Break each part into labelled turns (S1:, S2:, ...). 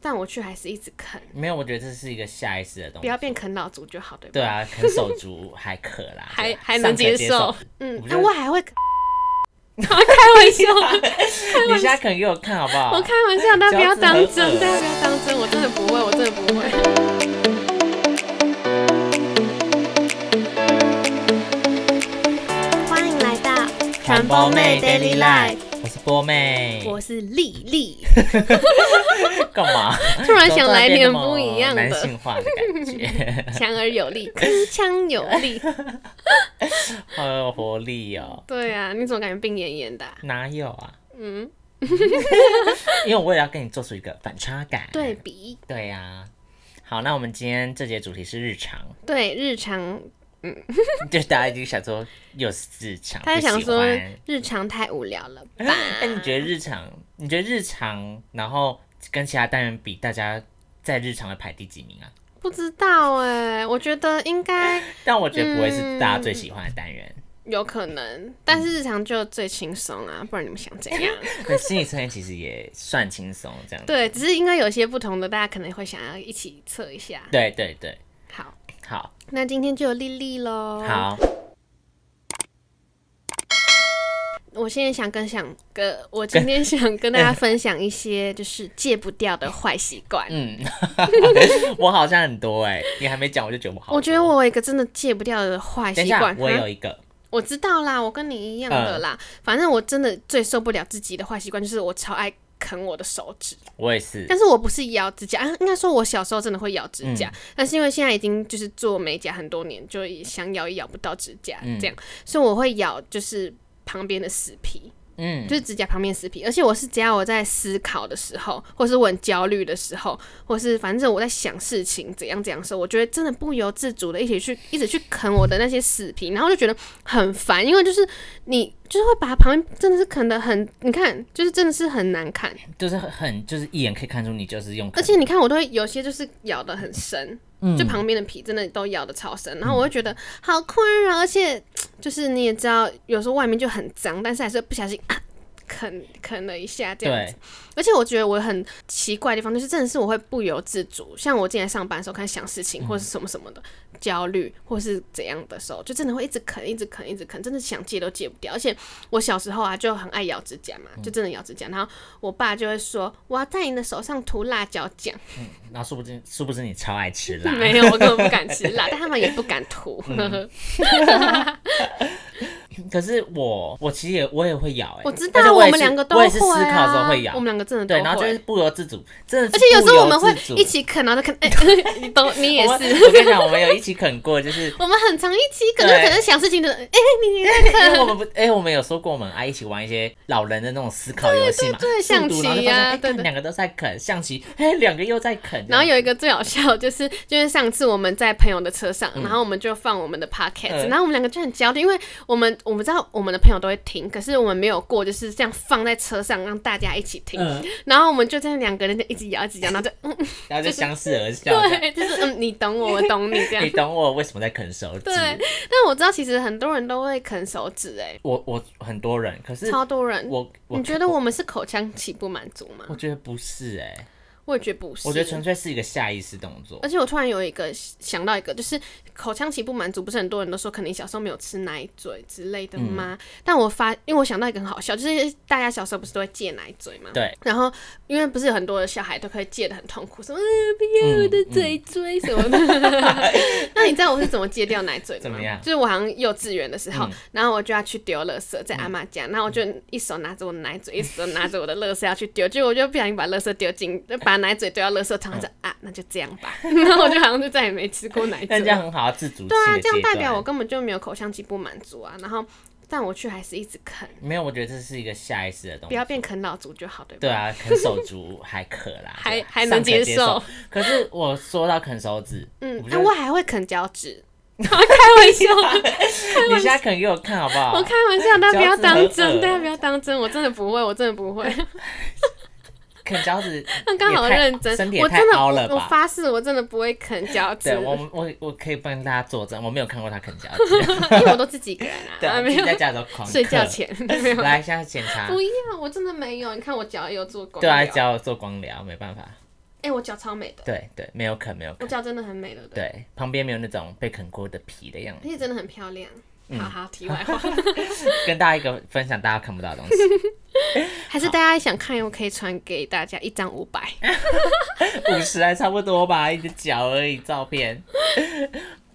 S1: 但我去还是一直啃，
S2: 没有，我觉得这是一个下意识的东
S1: 不
S2: 西。
S1: 要变啃老族就好，对吧？
S2: 对啊，啃手足还可啦，
S1: 还
S2: 对啊
S1: 还能
S2: 尚可
S1: 接
S2: 接
S1: 受
S2: 我
S1: 嗯，
S2: 不
S1: 那、
S2: 就
S1: 我还会啃，开玩笑，
S2: 你现在啃给我看好不好？
S1: 我开玩笑，大家不要当
S2: 饺子很
S1: 真，
S2: 恶
S1: 大家不要当真，我真的不会，我真的不会。欢迎来到
S2: 传播妹 Daily Life，我是波妹。
S1: 我是丽丽。
S2: 干嘛？
S1: 突然想
S2: 都
S1: 来
S2: 变
S1: 点
S2: 那么
S1: 不一样的
S2: 男性化的感觉，
S1: 强而有力，铿锵有力。
S2: 好有活力哦。
S1: 对啊，你怎么感觉病恹恹的啊、
S2: 哪有啊？
S1: 嗯，
S2: 因为我也要跟你做出一个反差感。
S1: 对比
S2: 啊对呀、好，那我们今天这节主题是日常，
S1: 对日常，
S2: 就大家已经想说又是日常，
S1: 他就想说
S2: 不喜欢
S1: 日常太无聊了 吧？
S2: 那你觉得日常？你觉得日常，然后跟其他单元比，大家在日常的排第几名啊？
S1: 不知道哎、我觉得应该
S2: 但我觉得不会是大家最喜欢的单元。
S1: 有可能，但是日常就最轻松啊，不然你们想怎样？
S2: 那心理测验其实也算轻松，这样子。
S1: 对，只是因为有些不同的，大家可能会想要一起测一下。
S2: 对对对，
S1: 好，
S2: 好，
S1: 那今天就有丽丽喽。，
S2: 好，
S1: 我现在想跟想跟，我今天想跟大家分享一些就是戒不掉的坏习惯。
S2: 嗯， 我好像很多哎、你还没讲我就觉得我好多。
S1: 我觉得我有一个真的戒不掉的坏
S2: 等
S1: 习
S2: 一下
S1: 惯，，
S2: 我
S1: 哈
S2: 有一个，
S1: 我知道啦，我跟你一样的啦。反正我真的最受不了自己的坏习惯，就是我超爱啃我的手指。
S2: 我也是，
S1: 但是我不是咬指甲，啊应该说我小时候真的会咬指甲，
S2: 嗯
S1: 但是因为现在已经就是做美甲很多年，就想咬也咬不到指甲
S2: 嗯
S1: 这样，所以我会咬就是旁边的死皮，
S2: 嗯，
S1: 就是指甲旁边死皮。而且我是只要我在思考的时候，或是我很焦虑的时候，或是反正我在想事情怎样怎样的时候，我觉得真的不由自主的一起去一直去啃我的那些死皮，然后就觉得很烦，因为就是你就是会把旁边真的是啃的很，你看就是真的是很难看。
S2: 就是很，就是一眼可以看出你就是用啃，
S1: 而且你看，我都会有些就是咬的很深，
S2: 嗯
S1: 就旁边的皮真的都咬的超深，然后我会觉得好困扰，而且就是你也知道，有时候外面就很脏，但是还是不小心啊啃啃了一下这样
S2: 对
S1: 子。，而且我觉得我很奇怪的地方，就是真的是我会不由自主，像我之前上班的时候，看想事
S2: 嗯
S1: 情或是什么什么的、焦虑，或是怎样的时候，就真的会一直啃，一直啃，一直啃，真的想戒都戒不掉。而且我小时候啊，就很爱咬指甲
S2: 嗯
S1: 嘛，就真的咬指甲。然后我爸就会说：“我要在你的手上涂辣椒酱。
S2: 然后殊不知，殊不知你超爱吃辣，
S1: 没有，我根本不敢吃 辣，但他们也不敢涂。
S2: 嗯可是我，我其实也我也会咬哎、
S1: 我知
S2: 但是
S1: 道
S2: 我也
S1: 们
S2: 是
S1: 两个都
S2: 我
S1: 会、
S2: 也
S1: 啊、
S2: 是思考的时候会咬
S1: 我，们两个真的都
S2: 对，
S1: 会。
S2: 然后就是不由自主，真的
S1: 而
S2: 是不
S1: 且
S2: 由
S1: 有
S2: 自主，
S1: 时候我们会一起啃，然后就啃，哎、 你懂，你也
S2: 我们
S1: 是。
S2: 我跟你讲，我们有一起啃过， 就是
S1: 我们很常一起，可
S2: 对
S1: 能可能想事情的，哎、你你
S2: 因为我们不，哎、我们有说过我们爱一起玩一些老人的那种思考游戏嘛，
S1: 对对
S2: 速读
S1: 象棋
S2: 然后就发现
S1: 啊
S2: 哎
S1: 对
S2: 看
S1: 对
S2: 两个都在啃象棋，哎、两个又在啃，
S1: 然后
S2: 这样
S1: 有一个最好笑的就是，就是上次我们在朋友的车上，然后我们就放我们的 podcast，、
S2: 嗯
S1: 然后我们两个就很焦虑，因为我们我们知道我们的朋友都会听，可是我们没有过就是这样放在车上让大家一起听，
S2: 嗯，
S1: 然后我们就这样两个人就一直摇一直摇，然后 就嗯
S2: 然后就相视而笑，这样
S1: 对， 就是嗯你懂我，我懂你 这样
S2: 你。懂我为什么在啃手指
S1: 对？，但我知道其实很多人都会啃手指、哎，
S2: 我我很多人，可是
S1: 超多人。
S2: 我我
S1: 你觉得我们是口腔期不满足吗
S2: 我？觉得不是哎、
S1: 我也觉得不是。
S2: 我觉得纯粹是一个下意识动作。
S1: 而且我突然有一个想到一个，就是口腔期不满足，不是很多人都说可能小时候没有吃奶嘴之类的吗？但我发，因为我想到一个很好笑，就是大家小时候不是都会戒奶嘴吗？
S2: 对。
S1: 然后，因为不是有很多的小孩都可以戒的很痛苦，什么、呃、不
S2: 嗯
S1: 要我的嘴嘴什么的。 那你知道我是怎么戒掉奶嘴的
S2: 怎
S1: 吗
S2: 么样？嗯
S1: 就是我好像幼稚园的时候，然后我就要去丢垃圾，在阿妈家，然后我就一手拿着我的奶嘴，一手拿着我的垃圾要去丢，结果我就不小心把垃圾丢进，把奶嘴丢到垃圾
S2: 嗯
S1: 桶，说、啊，那就这样吧。 然后我就好像就再也没吃过奶嘴
S2: 但这。样很好，自主性
S1: 对啊
S2: 的，
S1: 这样
S2: 阶
S1: 代
S2: 段。
S1: 表我根本就没有口腔期不满足啊。然后，但我去还是一直啃，
S2: 没有，我觉得这是一个下意识的
S1: 不
S2: 动作。
S1: 要变啃老族就好，对吧？
S2: 对啊， 啃手足还可啦，
S1: 还
S2: 对啊
S1: 还能
S2: 尚可接
S1: 接受
S2: 受。可是我说到啃手指，
S1: 嗯，
S2: 我
S1: 啊
S2: 觉得
S1: 我还会啃脚 趾，开玩笑，
S2: 你现在啃给我看好不好？
S1: 我开玩笑，大家不要当
S2: 脚趾很
S1: 真，
S2: 恶
S1: 大家不要当真，我真的不会，我真的不 会。
S2: 啃脚趾也太，
S1: 刚刚好认真
S2: 身体，也
S1: 我
S2: 太
S1: 真的，
S2: 凹了
S1: 我我
S2: 吧？
S1: 发誓，我真的不会啃脚趾，
S2: 对，我
S1: 因
S2: 我我可以帮大家作证，我没有看过他啃脚 趾，
S1: 为我都自己一个人
S2: 对，
S1: 啊，
S2: 我
S1: 没
S2: 自己
S1: 有
S2: 在家的时候狂
S1: 睡觉
S2: 啃。
S1: 前没 有，
S2: 来，现在检查
S1: 不，要，我真的没有。你看我脚也有做光
S2: 对
S1: 疗
S2: 啊，教我做光疗，没办法。
S1: 哎、哎、我脚超美的，
S2: 对对，没有啃，没有
S1: 我
S2: 啃，
S1: 脚真的很美，对不对？
S2: 对，旁边没有那种被啃过的皮的样
S1: 而
S2: 子。
S1: 且真的很漂亮。
S2: 嗯
S1: 好好，题 外话，
S2: 跟大家一个分享大家看不到的东西，
S1: 还是大家想看，我可以传给大家一张五百。
S2: 五十还差不多吧，一只脚而已，照片。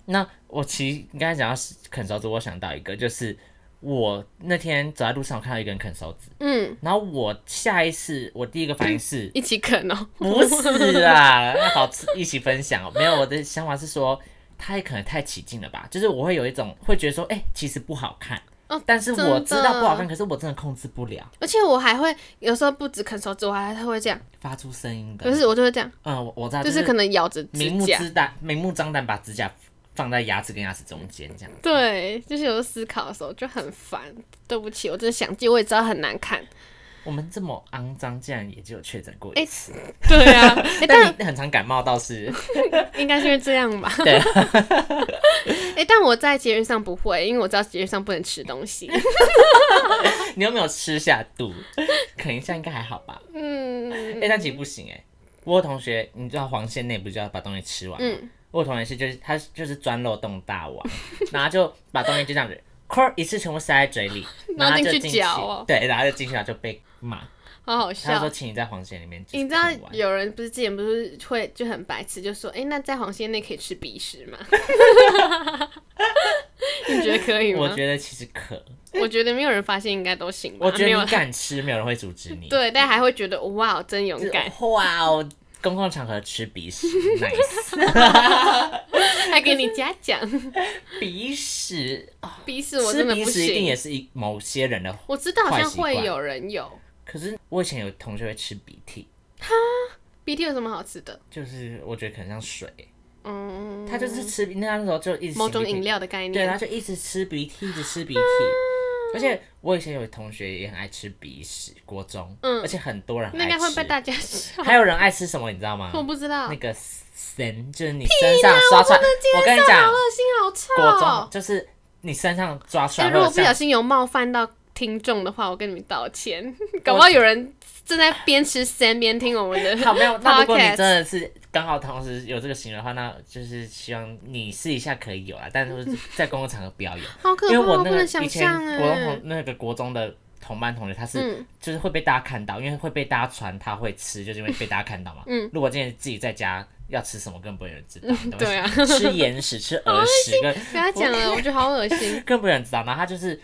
S2: 那我其实你刚才讲到啃手指，我想到一个，就是我那天走在路上我看到一个人啃手指，
S1: 嗯，
S2: 然后我下意识我第一个反应是。
S1: 一起啃哦、
S2: 不是啦，那好吃一起分享哦。没有，我的想法是说，他也可能太起劲了吧，就是我会有一种会觉得说，哎、其实不好看。
S1: 哦
S2: 但是我知道不好
S1: 真
S2: 看，可是我真的控制不了，
S1: 而且我还会有时候不止啃手指，我还会这样，
S2: 发出声音的。
S1: 不，是我就会这样，
S2: 嗯，我我知道，
S1: 就是
S2: 是
S1: 可能咬着
S2: 明
S1: 指
S2: 目
S1: 甲。
S2: 之胆，明目张胆把指甲放在牙齿跟牙齿中间这样。
S1: 对，就是有时候思考的时候就很烦。对不起，我真的想记，我也知道很难看。
S2: 我们这么肮脏，竟然也就有确诊过
S1: 哎
S2: 一次。
S1: 对 啊，哎、但
S2: 但你很常感冒倒是，
S1: 应该是会这样吧？
S2: 对。
S1: 哎、但我在节日上不会，因为我知道节日上不能吃东西。
S2: 你有没有吃下肚？啃一下应该还好吧。
S1: 嗯，
S2: 哎、但其实不行哎、我有同学，你知道黄线内不就要把东西吃完吗？
S1: 嗯
S2: 我有同学是就是他就是钻漏洞大王， 然后就把东西就这样子，哐一次全部塞在嘴 里，
S1: 然后
S2: 后他就
S1: 进去
S2: 进
S1: 嚼哦
S2: 对，然后就进去了就被骂，
S1: 好好
S2: 他就
S1: 笑
S2: 说。请你在黄线里面，
S1: 你知道
S2: 完。
S1: 有人不是之前不是会就很白痴，就说，哎、那在黄线内可以吃鼻屎 吗？ 你觉得可以吗？
S2: 我觉得其实可，
S1: 我觉得没有人发现应该都行吧，
S2: 我觉
S1: 没
S2: 得
S1: 有
S2: 你敢吃，没有人会阻止你。
S1: 对，但还会觉得哇，真勇
S2: 就是，
S1: 敢，
S2: 哇哦，公共场合吃鼻屎 ，nice，
S1: 还给你嘉奖。
S2: 鼻屎，啊
S1: 鼻屎我
S2: 吃
S1: 真的
S2: 鼻
S1: 不
S2: 屎一定
S1: 行，
S2: 也是一某些人的，
S1: 我知道好像
S2: 坏
S1: 会
S2: 习惯
S1: 有人有
S2: 可是我以前有同学会吃鼻涕。
S1: 鼻涕有什么好吃的？
S2: 就是我觉得可能像水，
S1: 嗯，
S2: 他就是吃，那他那时候就一直
S1: 某
S2: 擤
S1: 种
S2: 鼻涕
S1: 饮，料的概
S2: 对，
S1: 念。
S2: 他就一直吃鼻涕，一直吃鼻涕。
S1: 啊
S2: 而且我以前有同学也很爱吃鼻屎，国中，而且很多人很
S1: 嗯那
S2: 爱
S1: 应
S2: 吃，
S1: 该会被大家 笑，
S2: 还有人爱吃什么，你知道吗？
S1: 我不知道，
S2: 那
S1: 好
S2: 个神，就是你身上刷出来，我跟你讲，
S1: 恶心，好
S2: 国中
S1: 臭。
S2: 就是你身上抓出
S1: 哦哎，
S2: 来，
S1: 如果不
S2: 会有
S1: 小
S2: 像
S1: 心有冒犯到听众的话，我跟你们道歉。搞不好有人正在边吃三边听我们的。
S2: 好没有，那如果你
S1: podcast
S2: 真的是刚好同时有这个行为的话，那就是希望你试一下可以有啦，但是在公共场合 不要有。
S1: 好可
S2: 因为
S1: 怕，我
S2: 我那
S1: 不
S2: 个
S1: 能
S2: 以
S1: 想
S2: 前
S1: 象
S2: 国中同
S1: 哎。
S2: 啊那个国中的同班同学，他是、
S1: 嗯
S2: 就是会被大家看到，因为会被大家传他会吃，就是因为被大家看到嘛。嗯，如果今天自己在家要吃什么，根本不会有人 知道。你懂
S1: 对啊
S2: 吗吃眼屎、吃耳屎， 跟
S1: 不要讲了，我觉得好恶 心。
S2: 更不会有人知道。然后他就是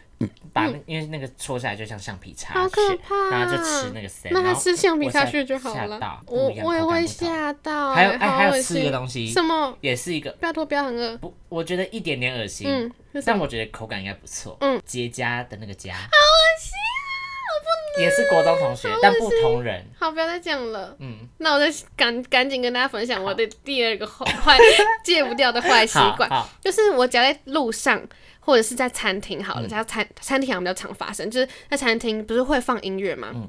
S2: 把那、因为那个戳下来就像橡皮擦屑，
S1: 嗯好可怕啊
S2: 然后就吃那个塞。
S1: 那
S2: 然
S1: 他
S2: 后
S1: 吃橡皮
S2: 我
S1: 擦
S2: 吓
S1: 屑就好
S2: 吓
S1: 了
S2: 到。
S1: 我
S2: 不一样
S1: 我也
S2: 口感
S1: 会
S2: 不同
S1: 吓到
S2: 还有
S1: 哎，
S2: 哎，
S1: 好
S2: 还
S1: 恶
S2: 有吃一
S1: 心
S2: 个。东西，
S1: 什么？
S2: 也是一个
S1: 不要脱，不要很饿。
S2: 不，我觉得一点点恶心。
S1: 嗯，是什
S2: 但
S1: 么？
S2: 我觉得口感应该不错。
S1: 嗯，
S2: 结痂的那个痂，好恶心啊！我不能。也是国中同学，但不同人。
S1: 好，不要再讲了。
S2: 嗯，
S1: 那我再赶赶紧跟大家分享我的第二个坏坏戒不掉的坏习
S2: 好
S1: 惯，
S2: 好，
S1: 就是我只要在路上或者是在餐厅，好
S2: 嗯
S1: 了，在餐餐厅好像比较常发生，就是在餐厅不是会放音乐吗？
S2: 嗯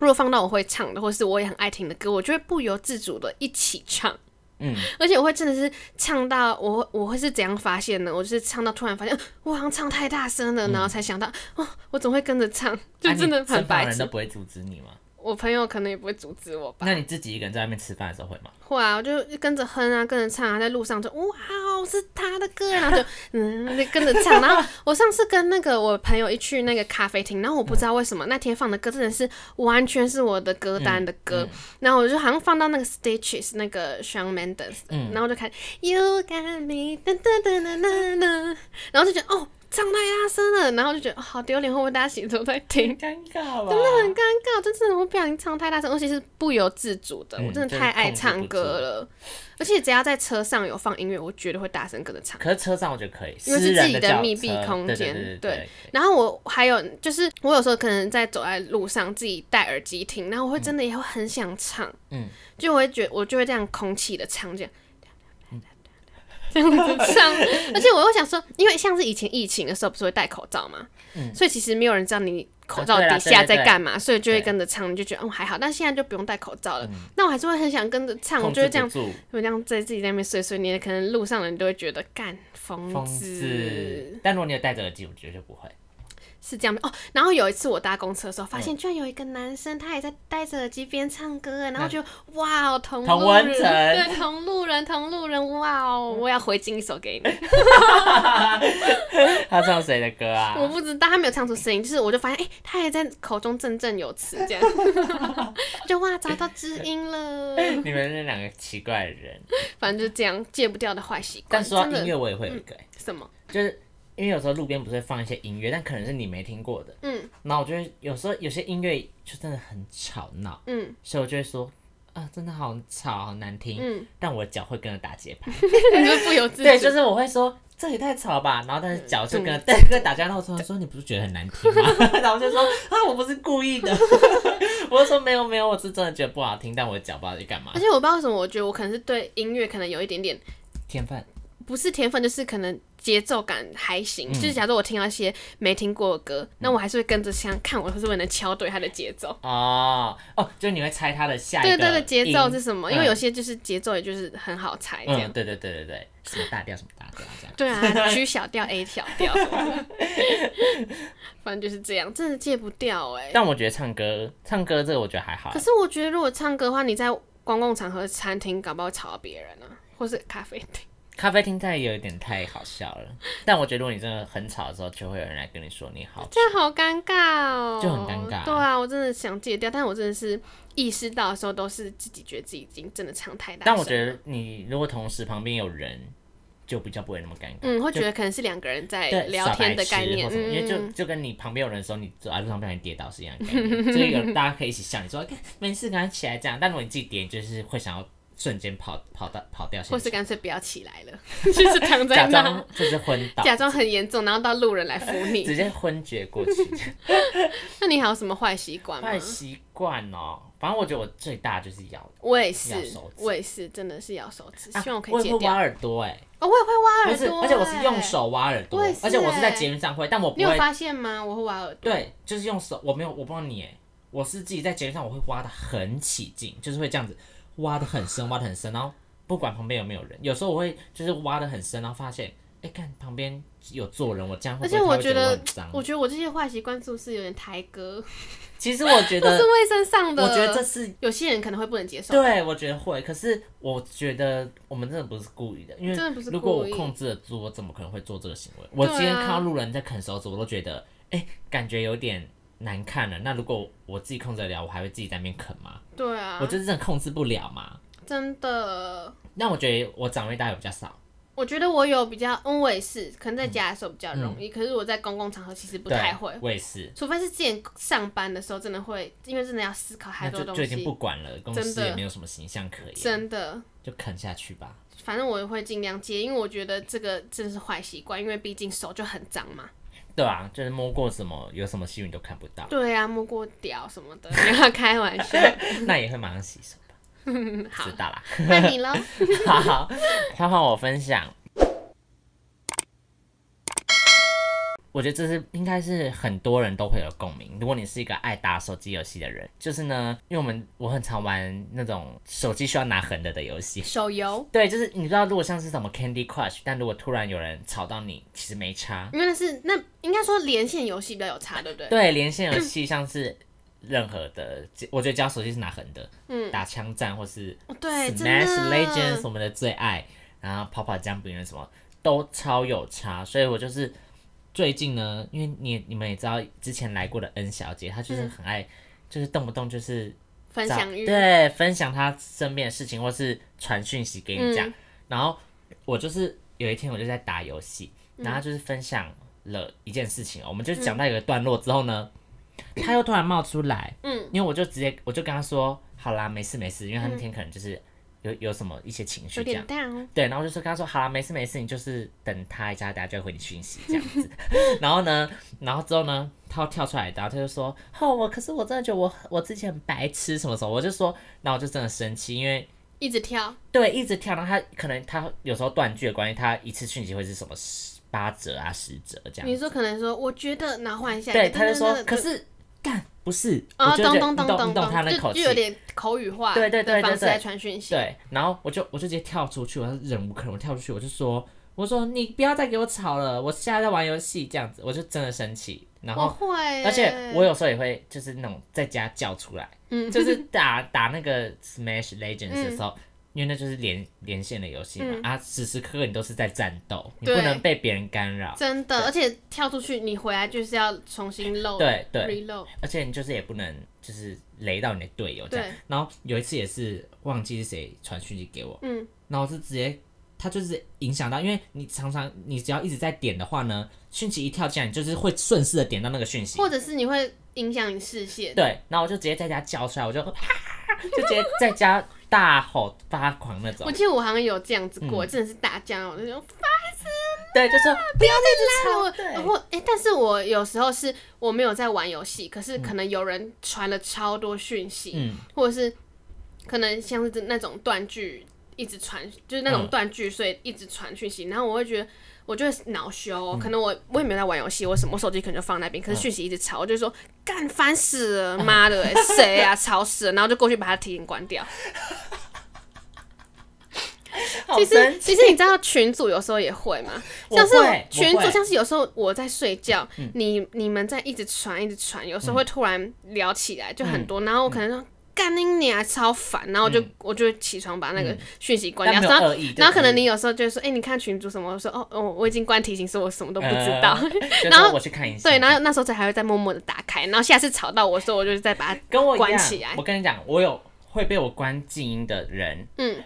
S1: 如果放到我会唱的，或是我也很爱听的歌，我就会不由自主的一起唱。
S2: 嗯，
S1: 而且我会真的是唱到我会我会是怎样发现呢？我就是唱到突然发现，呃 我好像唱太大声了，然后才想到，哦，我总会跟着唱，就
S2: 嗯啊
S1: 真的
S2: 你
S1: 很
S2: 身旁
S1: 白
S2: 人
S1: 痴。
S2: 都不会阻止你吗？
S1: 我朋友可能也不会阻止我吧。
S2: 那你自己一个人在外面吃饭的时候会吗？
S1: 会啊，我就跟着哼啊，跟着唱啊，在路上就哇哦，是他的歌，然后就嗯，就跟着唱。然后我上次跟那个我朋友一去那个咖啡厅，然后我不知道为什么、那天放的歌真的是完全是我的歌单的歌，然后我就好像放到那个 Stitches 那个 Shawn Mendes，、然后我就看 You Got Me，噔噔噔噔噔噔，然后就觉得哦，唱太大声了，然后就觉得、哦、好丢脸，会不会大家其实都在听？
S2: 尴尬吧，
S1: 真的很尴尬，真是我不小心唱太大声，而且是不由自主的，
S2: 嗯
S1: 我真的
S2: 真的
S1: 太爱
S2: 控制
S1: 唱
S2: 不
S1: 歌
S2: 住
S1: 了。而且只要在车上有放音乐，我绝对会大声跟着唱。
S2: 可是车上我觉得可以，
S1: 因为是
S2: 私人
S1: 自己的
S2: 轿
S1: 密闭
S2: 车
S1: 空间
S2: 对对对
S1: 对
S2: 对
S1: 然后我还有就是，我有时候可能在走在路上自己戴耳机听，然后我会真的也会很想唱，
S2: 嗯，
S1: 就我会觉我就会这样空气的唱这样。这样子唱， 而且我又想说，因为像是以前疫情的时候，不是会戴口罩嘛，
S2: 嗯
S1: 所以其实没有人知道你口罩
S2: 啊对啦
S1: 底下
S2: 对对
S1: 在
S2: 对
S1: 干嘛，所以就会
S2: 对嗯
S1: 跟着唱，你就觉得嗯还好。但现在就不用戴口罩了，那我还是会很想跟着唱，我
S2: 控
S1: 就
S2: 制
S1: 会
S2: 不
S1: 这样，
S2: 住
S1: 我这样在自己在那边碎碎念，可能路上的人都会觉得干疯
S2: 疯
S1: 子
S2: 子。但如果你有戴着耳机，我觉得就不会。
S1: 是这样的哦。然后有一次我搭公车的时候，
S2: 嗯
S1: 发现居然有一个男生，他也在戴着耳机边唱歌，然后就哇，哦同
S2: 嗯同
S1: 路
S2: 温
S1: 人，
S2: 层嗯
S1: 对，同路人，同路人，哇哦，我要回敬一首给你。
S2: 他唱谁的歌啊？
S1: 我不知道，他没有唱出声音，就是我就发现，哎、他也在口中振振有词，这样， 就哇，找到知音了。
S2: 你们那两个奇怪的人。
S1: 反正就这样，戒不掉的坏习惯，
S2: 但说到
S1: 真
S2: 音乐，
S1: 的嗯
S2: 我也会有一个、欸，
S1: 什么？
S2: 就是因为有时候路边不是会放一些音乐，但可能是你没听过的。
S1: 嗯
S2: 然后我就会有时候有些音乐就真的很吵闹，
S1: 嗯
S2: 所以我就会说啊，真的好吵，好难听。
S1: 嗯，
S2: 但我的脚会跟着 打节拍，
S1: 你就不由自主。
S2: 对，就是我会说这也太吵了吧，然后但
S1: 嗯
S2: 是脚就跟着跟着打架。然后我突然说 你不是觉得很难听吗？ 然后我就说啊，我不是故意的， 我就说没有没有，我是真的觉得不好听，但我的脚不知道在干嘛
S1: 而。且我不知道为什么，我觉得我可能是对音乐可能有一点点
S2: 天分，
S1: 不是天分，就是可能节奏感还行。
S2: 嗯
S1: 就是假如我听到一些没听过的歌，那我还是会跟着像看我是不是能敲对它的节奏。
S2: 哦哦，就你会猜它的下一
S1: 对
S2: 个
S1: 对对，节奏
S2: 音
S1: 是什么？
S2: 嗯
S1: 因为有些就是节奏，也就是很好猜这样
S2: 嗯，。对对对对对，什么大调什么大调 这样。
S1: 对啊，G 小调、A 小调什么的，反正就是这样，真的戒不掉哎、
S2: 但我觉得唱歌，唱歌这个我觉得还好
S1: 可，是我觉得如果唱歌的话，你在公共场合、餐厅搞不好吵到别人啊，或是咖啡厅。
S2: 咖啡厅太有一点太好笑了。但我觉得如果你真的很吵的时候，就会有人来跟你说你好吵。
S1: 这样好尴尬哦，
S2: 就很尴尬
S1: 对啊，我真的想戒掉，但我真的是意识到的时候，都是自己觉得自己已经真的唱太大声。
S2: 但我觉，得你如果同时旁边有人，就比较不会那么尴尬。
S1: 嗯，会
S2: 就
S1: 觉得可能是两个人在
S2: 对
S1: 聊天的概念，
S2: 耍白痴或什么因为就
S1: 嗯，
S2: 就跟你旁边有人的时候，你走在路上不小心跌倒是一样的概念，所以 有大家可以一起笑，你说看没事，赶快起来这样。但如果你自己跌，你就是会想要瞬间跑跑到跑掉现
S1: 或
S2: 场，
S1: 是干脆不要起来 了，就是躺在
S2: 假
S1: 那
S2: 装，就是昏倒，
S1: 假装很严重，然后到路人来扶
S2: 直
S1: 你。
S2: 接昏厥过去。
S1: 那你还有什么坏习惯吗
S2: 坏？习惯哦，反正我觉得我最大就是咬人，
S1: 我也是
S2: 咬手，指
S1: 我也是，真的是咬手指，
S2: 啊
S1: 希望我可
S2: 我
S1: 以
S2: 也
S1: 戒
S2: 会挖
S1: 掉。
S2: 耳朵哎、
S1: 哦，我也会挖
S2: 不
S1: 耳
S2: 是，
S1: 朵，
S2: 而且我是用。手挖耳朵，
S1: 我也是
S2: 而且我是在
S1: 欸
S2: 节目上会，但我不
S1: 你有
S2: 会，
S1: 发现吗？我会挖耳朵。
S2: 对，就是用手，我没有，我不知道你哎、我是自己在节目上我会挖的很起劲，就是会这样子挖的很 深，挖的很深，然后不管旁边有没有人，有时候我会就是挖的很深，然后发现。哎，看旁边有坐人，我这样会
S1: 而
S2: 不会
S1: 且
S2: 他
S1: 我
S2: 会
S1: 觉
S2: 觉
S1: 得
S2: 我很脏？
S1: 我觉得我这些坏习惯是不是有点抬歌？
S2: 其实我觉
S1: 都 是
S2: 得，
S1: 卫生上的。
S2: 我觉得这是
S1: 有些人可能会不能接受，
S2: 对，我觉得会。可是我觉得我们真的不是故意的，因为
S1: 真的不是
S2: 如果我
S1: 故意
S2: 控制得住，我怎么可能会做这个行为？我
S1: 对啊
S2: 今天看到路人在啃手指，我都觉得，哎、感觉有点难看了。那如果我自己控制得了，我还会自己在那边啃吗？
S1: 对啊
S2: 我，就是真的控制不了嘛。
S1: 真的，
S2: 那我觉得我长辈大概比较少，
S1: 我觉得我有比较，嗯，我也是，可能在家的时候比较容易，可是我在公共场合其实不
S2: 嗯对
S1: 太会，
S2: 我也是，
S1: 除非是之前上班的时候真的会，因为真的要思考
S2: 那
S1: 太多
S2: 就
S1: 东
S2: 就已经
S1: 西
S2: 不，管了，公
S1: 真
S2: 司
S1: 的
S2: 也没有什么形象可言，
S1: 真的，
S2: 就啃下去吧。
S1: 反正我会尽量戒，因为我觉得这个真的是坏习惯，因为毕竟手就很脏嘛，
S2: 对啊，就是摸过什么有什么细菌都看不到，
S1: 对啊，摸过屌什么的， 不要开玩 笑，
S2: 那也会马上洗手吧？
S1: 好
S2: 知，道啦。
S1: 那你喽，
S2: 好，他换我分享。我觉得这是应该是很多人都会有共鸣。如果你是一个爱打手机游戏的人，就是呢，因为我们我很常玩那种手机需要拿横的的游戏。
S1: 手游，
S2: 对，就是你知道，如果像是什么 Candy Crush，但如果突然有人吵到你，其实没差。
S1: 因为那是那应该说连线游戏比较有差，对不对？
S2: 对，连线游戏像是任何的，我觉得只要手机是拿横的，嗯，打枪战或是
S1: 哦对，真
S2: Smash
S1: 的
S2: Legends 我们的最爱，然后跑跑姜饼人什么都超有差，所以我就是最近呢，因为你你们也知道之前来过的 N 小姐，她
S1: 嗯
S2: 就是很爱，就是动不动就是
S1: 分
S2: 找
S1: 享欲，
S2: 对，分享她身边的事情，或是传讯息给你
S1: 嗯
S2: 讲。然后我就是有一天我就在打游戏，
S1: 嗯
S2: 然后她就是分享了一件事情哦，我们就讲到一个段落之后 呢，她又突然冒出来，
S1: 嗯，
S2: 因为我就直接我就跟她说，好啦，没事没事，因为她那天可能就是有有什么一些情
S1: 有
S2: 绪这样
S1: 点。淡哦。
S2: 对，然后我就说跟他说，好啦，没事没事，你就是等他一下，大家就会回你讯息这样子。 然后呢，然后之后呢，他又跳出来，然后他就说，哦，我可是我真的觉得我我之前很白痴什么什么，我就说，然后我就真的生气，因为
S1: 一直跳，
S2: 对一直跳，然后他可能他有时候断句的关系，他一次讯息会是什么十八折啊十折这样。
S1: 你说可能说我觉得，然后换一下一个，
S2: 对，他就说，
S1: 对
S2: 可，是干不是，
S1: 啊，
S2: 我就觉
S1: 咚
S2: 得
S1: 咚咚
S2: 你懂
S1: 咚
S2: 你懂他
S1: 咚，
S2: 那口
S1: 就就
S2: 气，
S1: 有点口语化，
S2: 对对对对
S1: 方式
S2: 对
S1: 在传讯息，
S2: 对，然后我就我就直接跳出去，我忍无可忍，我跳出去，我就说，我说你不要再给我吵了，我现在在玩游戏这样子，我就真的生气，然
S1: 我
S2: 后
S1: 会欸，
S2: 而且我有时候也会就是那种在家叫出来，
S1: 嗯
S2: 就是打打那个 Smash Legends 的时候，因为那就是连连线的游戏嘛，啊，时时刻刻你都是在战斗，你不
S1: 嗯对
S2: 能被别人干扰，
S1: 真的，而且跳出去你回来就是要重新 load，
S2: 对对
S1: r e l o a d
S2: 而且你就是也不能就是雷到你的队友这样
S1: 对。
S2: 然后有一次也是忘记是谁传讯息给我，
S1: 嗯，
S2: 然后我是直接。它就是影响到，因为你常常你只要一直在点的话呢，讯息一跳进来，你就是会顺势的点到那个讯息，
S1: 或者是你会影响你视线，
S2: 对，然后我就直接在家叫出来，我就就直接在家大吼发狂那种
S1: 我。记得我好像有这样子过，
S2: 嗯
S1: 真的是大叫，我就说
S2: 对，就说不要
S1: 拉了我
S2: 再去吵。
S1: 然
S2: 哦对，
S1: 后哎、诶但是我有时候是我没有在玩游戏，可是可能有人传了超多讯息，
S2: 嗯
S1: 或者是可能像是那种断句一直传，就是那种
S2: 嗯
S1: 断句，所以一直传讯息，然后我会觉得。我就会恼羞、哦
S2: 嗯
S1: 可能我我也没有在玩游戏，我什么手机可能就放那边，可是讯息一直吵，我就说干烦死了，妈的、欸，谁呀、吵死了，然后就过去把它提醒关掉。
S2: 好
S1: 其实
S2: 生气。
S1: 其实你知道群主有时候也会吗？
S2: 我
S1: 像是
S2: 会我
S1: 群主，
S2: 会嗯
S1: 像是有时候我在睡觉，你你们在一直传一直传，有时候会突然聊起来，就
S2: 嗯
S1: 很多，然后我可能说。干你娘，超烦！然后我就、我就起床把那个讯息关掉，
S2: 嗯但没
S1: 然
S2: 有
S1: 后
S2: 恶意就嗯
S1: 然后可
S2: 是
S1: 能你有时候就会说，哎、你看群主什么？我说哦哦，我已经关提醒，说我什么都不知 道。
S2: 呃就
S1: 然
S2: 说
S1: 后
S2: 我去看一下。
S1: 对，然后那时候才还会再默默的打开，然后下次吵到我说，我就再把 它
S2: 跟我一
S1: 关
S2: 样
S1: 起来
S2: 我跟你讲，我有会被我关静音的人，
S1: 嗯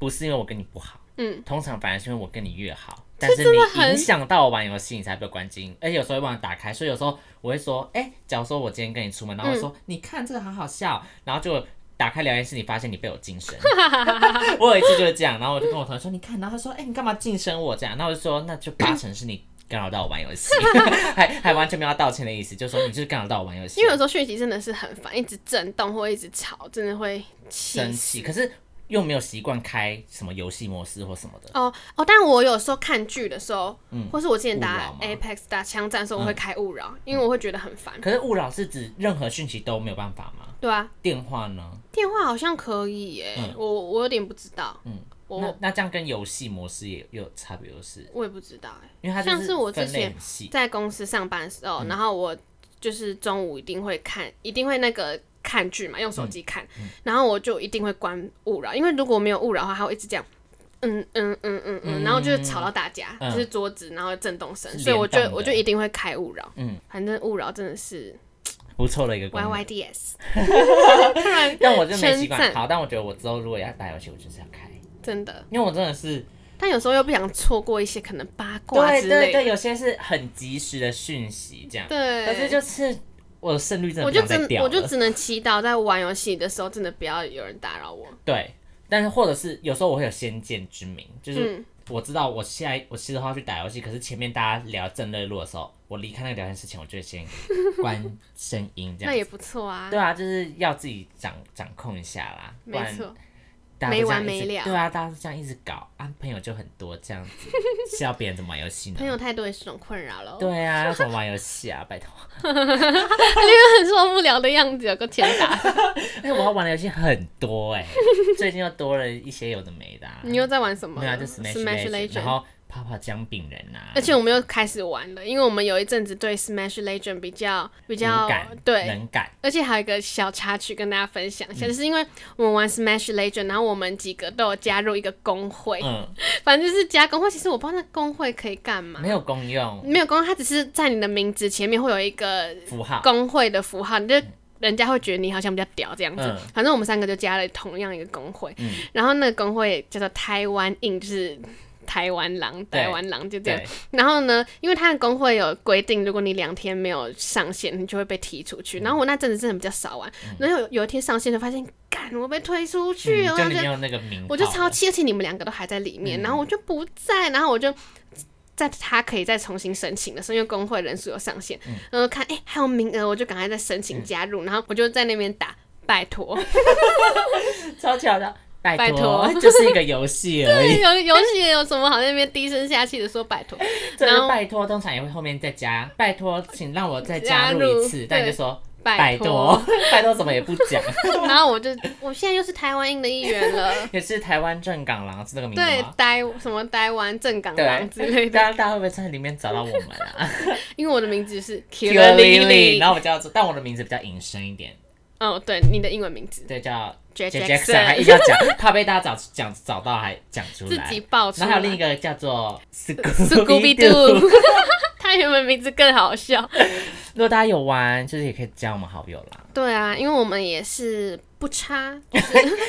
S2: 不是因为我跟你不好，
S1: 嗯，
S2: 通常反而是因为我跟你越好，但是你影响到我玩游戏，你才被关静音，而且有时候会忘了打开，所以有时候我会说，哎、假如说我今天跟你出门，然后
S1: 嗯
S2: 我说、你看这个好好笑，然后就。打开聊天室，你发现你被我晋升。 我有一次就是这样，然后我就跟我同学说：“你看。”然后他说：“哎、你干嘛晋升我这样？”然后我就说：“那就八成是你干扰到我玩游戏， 还还完全没有要道歉的意思，就说你就是干扰到我玩游戏。”
S1: 因为有时候讯息真的是很烦，一直震动或一直吵，真的会气
S2: 生
S1: 死
S2: 气，可是又没有习惯开什么游戏模式或什么的。
S1: 哦哦，但我有时候看剧的时候，或是我之前打
S2: 嗯勿扰吗嗯
S1: Apex 打枪战的时候，我会开勿扰，因为我会觉得很烦。
S2: 可是勿扰是指任何讯息都没有办法吗？
S1: 对啊，
S2: 电话呢？
S1: 电话好像可以耶，
S2: 嗯
S1: 我我有点不知道，嗯，
S2: 那
S1: 我
S2: 那这样跟游戏模式也有差别，就是
S1: 我也不知道哎。
S2: 因为它就
S1: 像是我之
S2: 分类
S1: 前
S2: 很细。
S1: 在公司上班的时
S2: 嗯
S1: 候，然后我就是中午一定会看，一定会那个看剧嘛，用
S2: 嗯
S1: 手机看，然后我就一定会关勿扰，因为如果没有勿扰的话，它会一直这样。嗯嗯嗯嗯嗯，然后就是吵到大家，
S2: 嗯
S1: 就是桌子，然后震动声，
S2: 是
S1: 所以我就
S2: 联动的
S1: 我就一定会开勿扰。
S2: 嗯，
S1: 反正勿扰真的是
S2: 不错的一个功
S1: Y
S2: 能
S1: Y D S，
S2: 但我就没
S1: 称
S2: 习惯。
S1: 赞
S2: 好，但我觉得我之后如果要打游戏，我就是要开，
S1: 真的。
S2: 因为我真的是
S1: 但有时候又不想错过一些可能八卦
S2: 对啊
S1: 之类
S2: 对
S1: 的。
S2: 对，有些是很及时的讯息这样。
S1: 对
S2: 可是就是我的胜率真的
S1: 我
S2: 不
S1: 就
S2: 想再
S1: 真
S2: 掉
S1: 我就
S2: 了
S1: 只能祈祷，在玩游戏的时候，真的不要有人打扰我。
S2: 对，但是或者是有时候我会有先见之明，就是
S1: 嗯
S2: 我知道我现在我其实要去打游戏，可是前面大家聊正热络的时候，我离开那个聊天室前，我就会先关声音这
S1: 那
S2: 样。
S1: 也不错啊，
S2: 对啊，就是要自己掌掌控一下啦，不
S1: 没
S2: 然啊
S1: 错。
S2: 大家都
S1: 没
S2: 这样
S1: 完
S2: 一直
S1: 没了
S2: 对啊，大家都这样一直搞啊，朋友就很多这样子，是要别人怎么玩游戏呢
S1: 朋？友太多也是种困扰了。
S2: 对啊，要怎么玩游戏 啊？拜托！
S1: 很受不了的样子，有个天 打。
S2: 而哎且我要玩的游戏很多哎、最近又多了一些有的没的、啊。
S1: 你又在玩什么？
S2: 没有啊，就 Smash Legend，然
S1: Legend。
S2: 后泡泡姜饼人 啊，
S1: 而且我们又开始玩了，因为我们有一阵子对 Smash Legend 比较比较
S2: 无感
S1: 对，
S2: 能嗯感，
S1: 而且还有一个小插曲跟大家分享一下，就是因为我们玩 Smash Legend，然后我们几个都有加入一个工会，
S2: 嗯，
S1: 反正就是加工会。其实我不知道那工会可以干嘛
S2: 没，有功用
S1: 没有工会，它只是在你的名字前面会有一个
S2: 符号，
S1: 工会的符号，你就人家会觉得你好像比较屌这样子。
S2: 嗯
S1: 反正我们三个就加了同样一个工会，然后那个工会叫做台湾印，就是台湾狼，
S2: 对
S1: 台湾狼就这样
S2: 对。，
S1: 然后呢，因为他的工会有规定，如果你两天没有上线，你就会被踢出
S2: 嗯
S1: 去。然后我那阵子真的比较少玩，然后有有一天上线就发现，干，我被推出去了，
S2: 嗯
S1: 我
S2: 就
S1: 就
S2: 你
S1: 觉得
S2: 没有那个名号，
S1: 我就超气，而且你们两个都还在里
S2: 嗯
S1: 面，然后我就不在，然后我就在他可以再重新申请的时候，因为工会人数有上限，
S2: 嗯
S1: 然后看哎、诶还有名额，我就赶快再申请加入，然后我就在那边打。拜 托，
S2: 超巧的，拜
S1: 拜
S2: 托，
S1: 托
S2: 就是一个游戏而已，
S1: 有游戏有什么好在那边低声下气的说拜托？
S2: 这
S1: 然
S2: 个
S1: 后
S2: 拜托通常也会后面再加，拜托，请让我再
S1: 加
S2: 加入
S1: 入
S2: 一次，但你就说
S1: 拜
S2: 拜托
S1: 托。，
S2: 拜托，怎么也不讲，
S1: 然后我就，我现在又是台湾音的一员了。
S2: 也是台湾正港郎是这个名字
S1: 对
S2: 吗？，
S1: 呆什么呆湾正港郎之类
S2: 大
S1: 的，
S2: 家大家会不会在里面找到我们 啊
S1: 因为我的名字是 k i l
S2: ？Q
S1: l
S2: Lily，
S1: i
S2: 然后我叫做，但我的名字比较隐身一点，
S1: 哦，对，你的英文名字
S2: 对，叫
S1: J
S2: J Jackson，还一定要讲，怕被大家找讲找到，还讲出
S1: 自
S2: 来。
S1: 己报出
S2: 然
S1: 来。
S2: 后还有另一个叫
S1: 呃
S2: 做
S1: Scooby
S2: Doo，
S1: Doo，他 原本名字更好笑。
S2: 如果大家有玩，就是也可以加我们好友啦。
S1: 对啊，因为我们也是不差，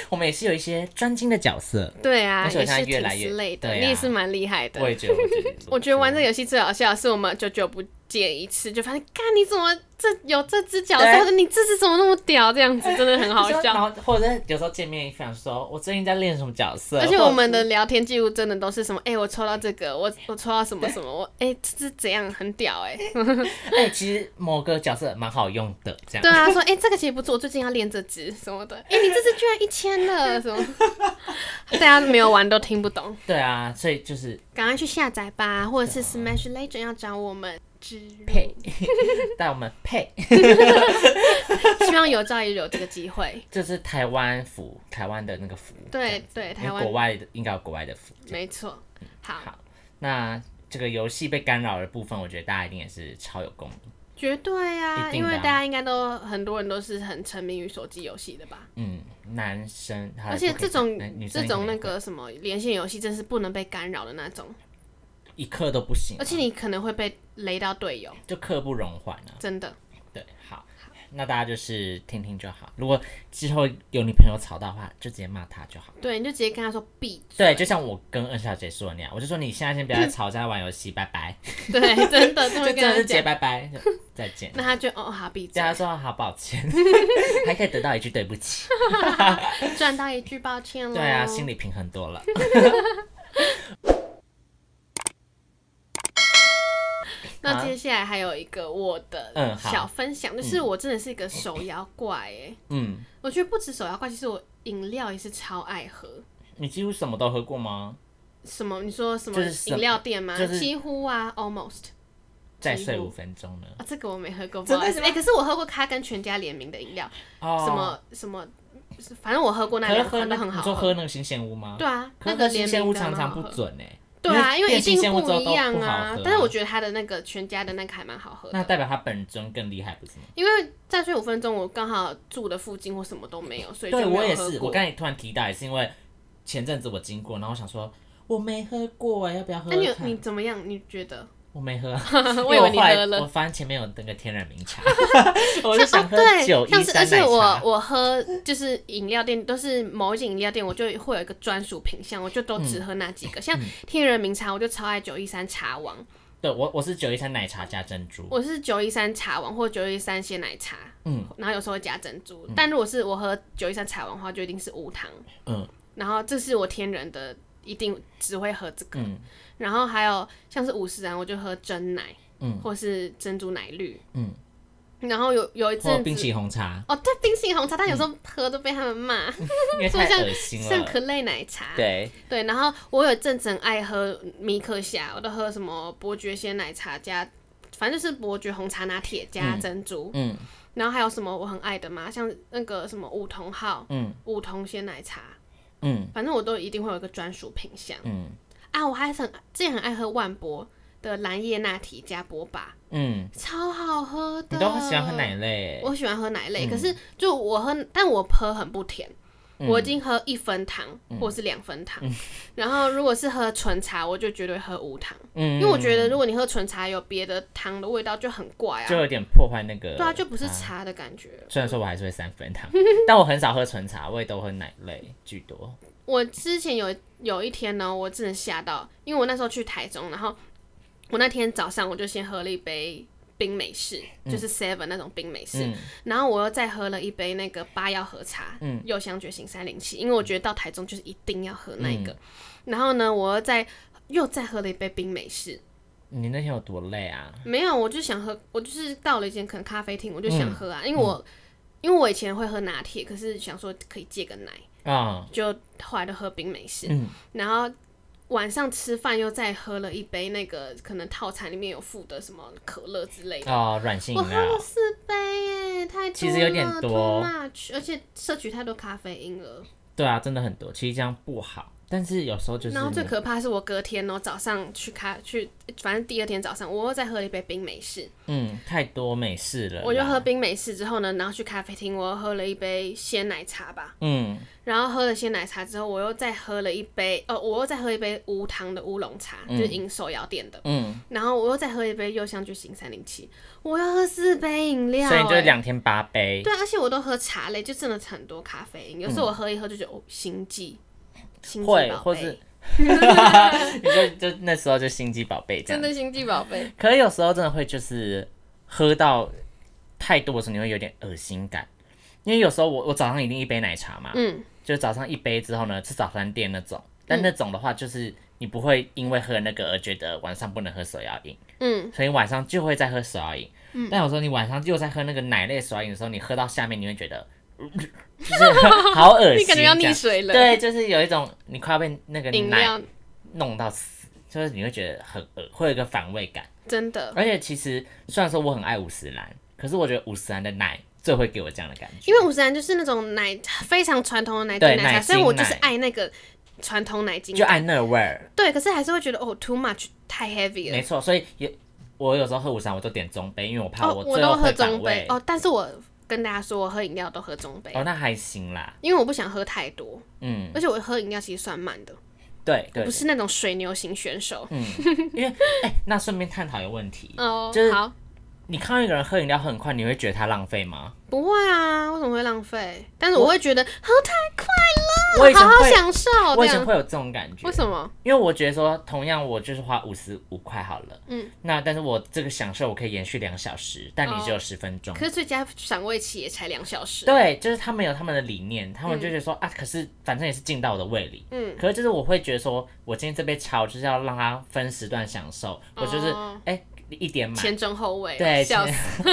S2: 我们也是有一些专精的角色，
S1: 对啊，
S2: 而哎且我
S1: 也
S2: 现在
S1: 是
S2: 越来越
S1: 挺之类的，
S2: 对啊
S1: 你也是蛮厉害
S2: 我
S1: 的。
S2: 也啊觉得，我觉得，
S1: 我觉得玩这个游戏最好笑的是我们久久不见一次，就发现，看你怎么这有这只脚，
S2: 对
S1: 或者你这只怎么那么屌，这样子
S2: 哎
S1: 真的很好
S2: 就是
S1: 笑
S2: 然。后或者是有时候见面想说，我最近在练什么角色，
S1: 而且我们
S2: 或者
S1: 的聊天记录真的都是什么？哎、我抽到这个，我我抽到什么什么，我哎、这是怎样很屌 哎、
S2: 是哎、其实某个角色蛮好用的，这样
S1: 对啊，说哎、这个其实不错，我最近要练这只什么的。哎、你这只居然一千了什么？大家没有玩都听不懂，
S2: 对啊，所以就是
S1: 赶快去下载吧，或者是 Smash Legend 要找我们之
S2: 配， 带我们配，
S1: 希望有朝一日有这个机会。
S2: 就是台湾服，台湾的那个服，这
S1: 对
S2: 样子
S1: 对，
S2: 因为
S1: 台湾
S2: 国外的应该有国外的服。
S1: 没错。好，
S2: 好，那这个游戏被干扰的部分，我觉得大家一定也是超有共鸣。
S1: 绝对啊，
S2: 一定
S1: 因
S2: 的啊
S1: 为大家应该都很多人都是很沉迷于手机游戏的吧。
S2: 嗯，男生，好了
S1: 而且
S2: 哎不可
S1: 这
S2: 以
S1: 种
S2: 男女生
S1: 这
S2: 也
S1: 种
S2: 没
S1: 那
S2: 有
S1: 个什么连线游戏，真是不能被干扰的那种，
S2: 一刻都不行啊、
S1: 而且你可能会被雷到队友，
S2: 就刻不容缓啊。
S1: 真的。
S2: 对，好，那大家就是听听就好。如果之后有你朋友吵到的话，就直接骂他就好。
S1: 对，你就直接跟他说闭
S2: 对，
S1: 嘴。
S2: 就像我跟二小姐说的那样，我就说你现在先不要再吵架，玩游戏，拜拜，
S1: 对，真的这
S2: 就
S1: 么跟
S2: 真的
S1: 他
S2: 是直接
S1: 讲，
S2: 拜拜，就再见。
S1: 那他就哦好闭
S2: 对啊
S1: 嘴
S2: 他，说好 抱歉，还可以得到一句对不起。
S1: 赚到一句抱歉喽。
S2: 对啊，心里平衡多了。
S1: 那
S2: 啊
S1: 接下来还有一个我
S2: 嗯
S1: 的
S2: 好
S1: 小分享，就是我真的是一个手摇怪哎，
S2: 嗯，
S1: 我觉得不止手摇怪，其实我饮料也是超爱喝。
S2: 你几乎什么都喝过吗？
S1: 什么？你说什么
S2: 就是什么
S1: 饮料店吗？
S2: 就是
S1: 几乎啊，almost。
S2: 再
S1: 几
S2: 睡
S1: 乎
S2: 五分钟呢？
S1: 啊，这个我没喝过，不
S2: 真
S1: 好意
S2: 的
S1: 思。
S2: 是
S1: 哎、可是我喝过他跟全家联名的饮料，
S2: 哦
S1: 什？么什么，反正我喝过那
S2: 可是
S1: 两
S2: 喝
S1: 款
S2: 那
S1: 都很好
S2: 你说喝那个新鲜屋吗？
S1: 对啊，那
S2: 可是
S1: 个联
S2: 喝新
S1: 名
S2: 鲜屋
S1: 的
S2: 常
S1: 蛮
S2: 常
S1: 好
S2: 不
S1: 喝。
S2: 准呢。
S1: 对啊，因为一
S2: 变新
S1: 定
S2: 鲜物之后
S1: 一
S2: 都
S1: 样
S2: 不好
S1: 啊。
S2: 喝
S1: 但是我
S2: 啊
S1: 觉得他的那个全家的那个还蛮好喝
S2: 那
S1: 的，
S2: 代表他本尊更厉害，不是吗？
S1: 因为再睡五分钟，我刚好住的附近或什么都没有，所以
S2: 对
S1: 就
S2: 我
S1: 没
S2: 也
S1: 有喝
S2: 是，我
S1: 过。
S2: 刚才突然提到，也是因为前阵子我经过，然后我想说我没喝过，欸要不要喝
S1: 那你
S2: 喝
S1: 有
S2: 看？
S1: 你怎么样？你觉得？
S2: 我没喝，啊
S1: 我以为
S2: 因为
S1: 你
S2: 后来
S1: 喝了
S2: 我发现前面有那个天然名 茶，我就
S1: 像
S2: 想
S1: 哦，
S2: 喝九
S1: 对，
S2: 一
S1: 像是
S2: 三
S1: 而
S2: 奶
S1: 且我
S2: 茶。
S1: 我喝就是饮料店都是某一间饮料店，我就会有一个专属品相，我就都只喝那
S2: 嗯
S1: 几个。像天人名茶，我就超爱九一三茶王，
S2: 对我我是九一三奶茶加珍珠，
S1: 我是九一三茶王或九一三鲜奶茶，
S2: 嗯
S1: 然后有时候会加珍珠。但如果是我喝九一三茶王的话，就一定是无糖。
S2: 嗯
S1: 然后这是我天人的，一定只会喝这个。
S2: 嗯
S1: 然后还有像是五十然，我就喝真奶，
S2: 嗯
S1: 或是珍珠奶绿。
S2: 嗯，
S1: 然后有有一
S2: 或
S1: 阵
S2: 冰
S1: 子。
S2: 淇淋 红茶，
S1: 哦，对，冰淇淋红茶，但有时候喝都被他们骂，
S2: 因为
S1: 说
S2: 太
S1: 像
S2: 恶心
S1: 像
S2: 了。
S1: 可类奶茶。
S2: 嗯对，
S1: 对然后我有一阵子很爱喝米克夏，我都喝什么伯爵鲜奶茶加，反正就是伯爵红茶拿铁加珍珠，
S2: 嗯
S1: 然后还有什么我很爱的嘛，像那个什么五桐号、
S2: 嗯
S1: 五桐鲜奶茶，
S2: 嗯
S1: 反正我都一定会有一个专属品相
S2: 嗯
S1: 啊。我还很之前很爱喝万博的蓝叶拿铁加波霸，
S2: 嗯，
S1: 超好喝的。
S2: 你都喜欢喝
S1: 啊
S2: 奶类，欸嗯
S1: 我喜欢喝奶类，可是就我喝，但我喝很不甜。我已经喝一分糖
S2: 嗯
S1: 或是两分糖，然后如果是喝纯茶，我就绝对喝无糖，
S2: 嗯，
S1: 因为我觉得如果你喝纯茶有别的糖的味道就很怪
S2: 就
S1: 啊，
S2: 有点破坏那个。
S1: 对啊，就不是茶的感觉。
S2: 虽然说我还是会三分糖， 但我很少喝纯茶，我也都喝奶类居多。
S1: 我之前有有一天呢，我真的吓到，因为我那时候去台中，然后我那天早上我就先喝了一杯冰美式，就是 Seven 那种冰美式，
S2: 嗯
S1: 然后我又再喝了一杯那个八药和茶，
S2: 嗯，
S1: 柚香觉醒三零七，因为我觉得到台中就是一定要喝那一
S2: 嗯
S1: 个。然后呢，我又再又再喝了一杯冰美式，
S2: 你那天有多累啊？
S1: 没有，我就想喝，我就是到了一间可能咖啡厅，我就
S2: 嗯
S1: 想喝啊，因为我、因为我以前会喝拿铁，可是想说可以戒个奶，
S2: 啊、
S1: 就后来就喝冰美式，
S2: 嗯
S1: 然后。晚上吃饭又再喝了一杯那个可能套餐里面有附的什么可乐之类的。
S2: 哦，软性
S1: 我
S2: 饮
S1: 喝
S2: 料
S1: 了四杯耶，太多了
S2: 其实有点
S1: too
S2: 多
S1: much，而且摄取太多咖啡因了。
S2: 对啊，真的很多。其实这样不好，但是有时候就是
S1: 然后最
S2: 你
S1: 可怕是我隔天哦，早上去咖去，反正第二天早上我又再喝了一杯冰美式，
S2: 嗯太多美式了啦，
S1: 我就喝冰美式之后呢，然后去咖啡厅，我又喝了一杯鲜奶茶吧，
S2: 嗯
S1: 然后喝了鲜奶茶之后，我又再喝了一杯，哦，我又再喝一杯无糖的乌龙茶，就是饮手摇店的，
S2: 嗯，
S1: 然后我又再喝一杯柚香巨型三零七，我要喝四杯饮料、
S2: 所以你就
S1: 哎
S2: 两天八杯，
S1: 对，而且我都喝茶类，就真的很多咖啡因，有时候我喝一喝就觉得哦，心悸，心悸
S2: 嗯会
S1: 宝
S2: 或是
S1: 贝，
S2: 你就 就那时候就心机宝贝这样
S1: 真。的心悸宝贝。
S2: 可是有时候真的会就是喝到太多的时候，你会有点恶心感，因为有时候我我早上一定一杯奶茶嘛，
S1: 嗯，
S2: 就早上一杯之后呢吃早餐店那种，但那种的话就是你不会因为喝那个而觉得晚上不能喝手摇饮，
S1: 嗯，
S2: 所以晚上就会再喝手摇饮。但有时候你晚上又在喝那个奶类手摇饮的时候，你喝到下面你会觉得。 就是好恶心，
S1: 你感觉要
S2: 这样
S1: 溺水了
S2: 对，就是有一种你快要被那个
S1: 饮
S2: 奶
S1: 料
S2: 弄到死，就是你会觉得很恶，会有一个反胃感。
S1: 真的，
S2: 而且其实虽然说我很爱五十岚，可是我觉得五十岚的奶最会给我这样的感觉，
S1: 因为五十岚就是那种奶非常传统的奶精
S2: 对
S1: 奶茶，
S2: 奶
S1: 所以我
S2: 精
S1: 就是
S2: 奶
S1: 爱那个传统奶精
S2: 就。爱那味儿。
S1: 对，可是还是会觉得哦，too much 太 heavy
S2: 没
S1: 了。
S2: 错，所以有我有时候喝五十岚，我都点中杯，因为我怕
S1: 哦，
S2: 最
S1: 都
S2: 后
S1: 喝
S2: 会
S1: 中
S2: 反
S1: 杯
S2: 胃。
S1: 哦，但是我跟大家说，我喝饮料都喝中杯，
S2: 哦，那还行啦，
S1: 因为我不想喝太多，
S2: 嗯，
S1: 而且我喝饮料其实算慢的，
S2: 对对
S1: 不，是那种水牛型选手。
S2: 因为哎、那顺便探讨一个问题，
S1: 哦
S2: 就，是
S1: 好，
S2: 你看到一个人喝饮料喝很快，你会觉得他浪费吗？
S1: 不会啊，为什么会浪费？但是我会觉得好太快了，
S2: 我以前
S1: 好好
S2: 会
S1: 享受这
S2: 我以前
S1: 样。
S2: 会有这种感觉
S1: 为，什么？
S2: 因为我觉得说，同样我就是花五十五块好了，
S1: 嗯，
S2: 那但是我这个享受我可以延续两小时，但你只
S1: 哦
S2: 有十分钟，
S1: 可是最佳赏味期也才两小时。
S2: 对，就是他们有他们的理念，他们就觉得说、啊，可是反正也是进到我的胃里。
S1: 嗯，
S2: 可是就是我会觉得说，我今天这杯茶，我就是要让它分时段享受，我就是
S1: 哦
S2: 哎、一点买
S1: 前中后卫，
S2: 对
S1: 笑死。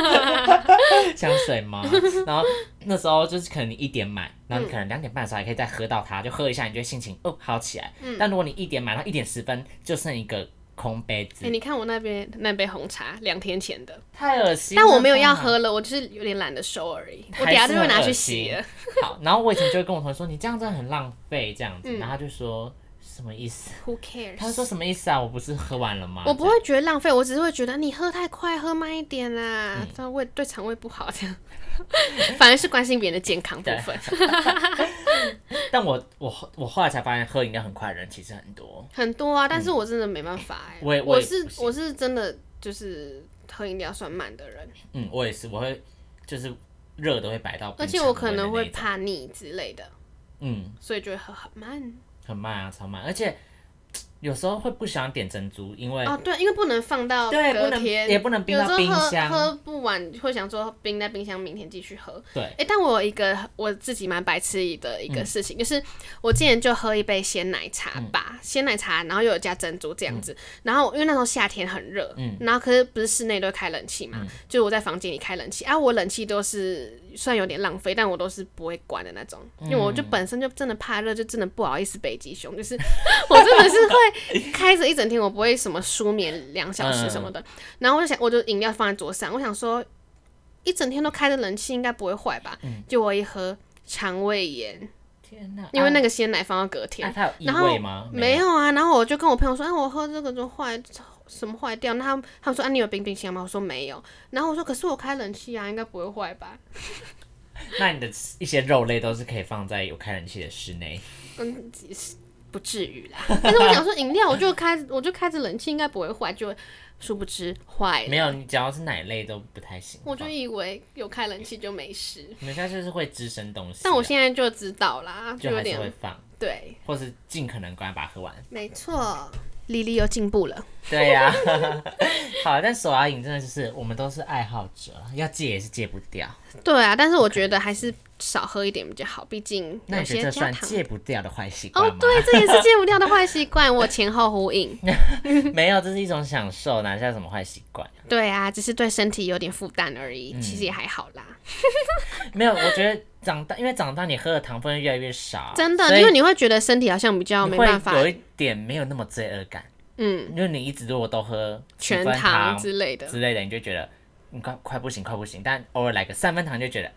S2: 香水嘛， 然后那时候就是可能你一点买，
S1: 嗯
S2: 然后你可能两点半的时候还可以再喝到它，就喝一下，你就会心情哦好起来。
S1: 嗯
S2: 但如果你一点买到一点十分，就剩一个空杯
S1: 哎、
S2: 子，
S1: 你看我那边那杯红茶，两天前的，
S2: 太恶心了
S1: 但
S2: 吧。
S1: 我没有要喝了，我就是有点懒得收而已。我等一下就会拿去洗了。
S2: 好，然后我以前就会跟我同学说，你这样真的很浪费这样子，
S1: 嗯
S2: 然后他就说什么意思？
S1: Who
S2: 他说啊
S1: cares？
S2: 什么意思啊？我不是喝完了吗？
S1: 我不会觉得浪费，我只是会觉得你喝太快，喝慢一点
S2: 嗯
S1: 啦，这样胃对肠胃不好这样。 反而是关心别人的健康部分，
S2: 这样，但我我后我后来才发现，喝饮料很快的人其实很多。
S1: 很多啊，但是我真的没办法哎、
S2: 嗯我也我
S1: 我
S2: 也
S1: 是
S2: 不行
S1: 我是真的就是喝饮料算慢的人，
S2: 嗯，我也是，我会就是热的会摆到，
S1: 而且我可能会，怕腻之类的，
S2: 嗯，
S1: 所以就会喝很慢。
S2: 很慢啊，超慢，而且有时候会不想点珍珠，因为、
S1: 哦，对，因为不能放到
S2: 对不
S1: 隔
S2: 能
S1: 天，
S2: 也不能冰
S1: 有时
S2: 到
S1: 候
S2: 冰
S1: 喝
S2: 箱，
S1: 喝不完会想说冰在冰箱，明天继续喝。
S2: 对，
S1: 哎、但我有一个我自己蛮白痴的一个事情，就是我之前就喝一杯鲜奶茶吧，鲜奶茶，然后又有加珍珠这样子。然后因为那时候夏天很热，
S2: 嗯
S1: 然后可是不是室内都会开冷气嘛，就是我在房间里开冷气啊，我冷气都是虽然有点浪费，但我都是不会关的那种，因为我
S2: 嗯
S1: 就本身就真的怕热，就真的不好意思北极熊，就是我真的是 会开着一整天，我不会什么舒眠两小时什么
S2: 嗯
S1: 的。然后我就想，我就饮料放在桌上，我想说一整天都开着冷气，应该不会坏吧？就我一喝，肠胃炎，
S2: 天哪，
S1: 因为
S2: 嗯啊
S1: 那个鲜奶放到隔天
S2: 啊，它有异
S1: 然后
S2: 味吗？
S1: 没有啊。然后我就跟我朋友说，哎、我喝这个就坏，什么坏掉？那他们他们说，啊，你有冰冰箱吗？我说没有。然后我说，可是我开冷气啊，应该不会坏吧？
S2: 那你的一些肉类都是可以放在有开冷气的室内，
S1: 嗯，不至于 啦。但是我想说，饮料我就开，我就开着冷气，应该不会坏，就殊不知坏
S2: 没
S1: 了。
S2: 有，你只要是奶类都不太行。
S1: 我就以为有开冷气就没事，
S2: 你们家就是会滋生东西啊，啊
S1: 但我现在就知道啦，
S2: 就
S1: 有
S2: 还是会
S1: 点
S2: 放，
S1: 对，
S2: 或是尽可能赶快把它喝完。
S1: 没错。莉莉又进步了，
S2: 对呀、好，但手摇饮真的就是我们都是爱好者，要戒也是戒不掉。
S1: 对啊，但是我觉得还是少喝一点比较好，毕竟
S2: 那
S1: 有
S2: 你觉得
S1: 些
S2: 这
S1: 加
S2: 算
S1: 糖。
S2: 戒不掉的坏习惯
S1: 哦
S2: 吗？，
S1: 对，这也是戒不掉的坏习 惯，我前后呼应。
S2: 没有，这是一种享受，哪像什么坏习惯？嗯
S1: 对啊，只是对身体有点负担而已，其实也还好啦。
S2: 没有，我觉得长大，因为长大你喝的糖分越来越少，
S1: 真的，
S2: 所以
S1: 因为你会觉得身体好像比较
S2: 你
S1: 没
S2: 会
S1: 办法，
S2: 有一点没有那么罪恶感。
S1: 嗯，
S2: 因为你一直如果都喝几
S1: 全
S2: 分
S1: 糖
S2: 糖
S1: 之类的。
S2: 之类的，你就觉得你快快不行，快不行。但偶尔来个三分糖就觉得，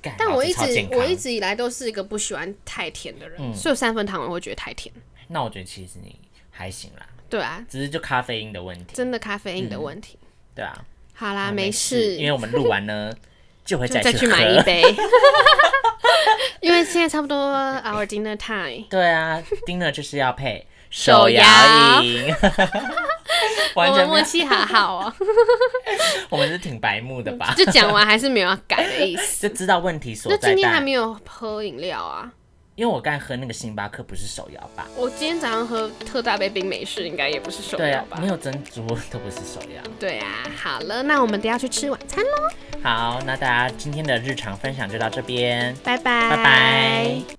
S2: 干
S1: 但
S2: 老
S1: 我
S2: 子
S1: 一
S2: 超
S1: 直
S2: 健
S1: 我
S2: 康
S1: 一直以来都是一个不喜欢太甜的人，
S2: 嗯
S1: 所以三分糖我会觉得太甜。
S2: 那我觉得其实你还行啦，
S1: 对啊，
S2: 只是就咖啡因的问题，
S1: 真的咖啡因的问题。
S2: 对啊，
S1: 好啦，
S2: 啊
S1: 没
S2: 嗯事，因为我们录 完呢就会
S1: 就再
S2: 去
S1: 去买一
S2: 喝
S1: 杯， 因为现在差不多 our dinner time。
S2: 对啊，dinner 就是要配
S1: 手
S2: 手
S1: 摇
S2: 摇饮，
S1: 我
S2: 完全
S1: 们
S2: 没
S1: 默
S2: 有，
S1: 契好好哦，
S2: 我们是挺白目的吧？
S1: 就讲完还是没有要改的意思。
S2: 就知道问题所
S1: 那
S2: 在
S1: 今天还
S2: 但
S1: 没有喝饮料啊？
S2: 因为我刚才喝那个星巴克不是手摇吧？
S1: 我今天早上喝特大杯冰美式，应该也不是手
S2: 对
S1: 摇
S2: 啊，
S1: 吧
S2: 没？有珍珠都不是手摇。
S1: 对啊，好了，那我们等一下去吃晚餐喽，
S2: 好，那大家今天的日常分享就到这边，
S1: 拜拜，
S2: 拜拜。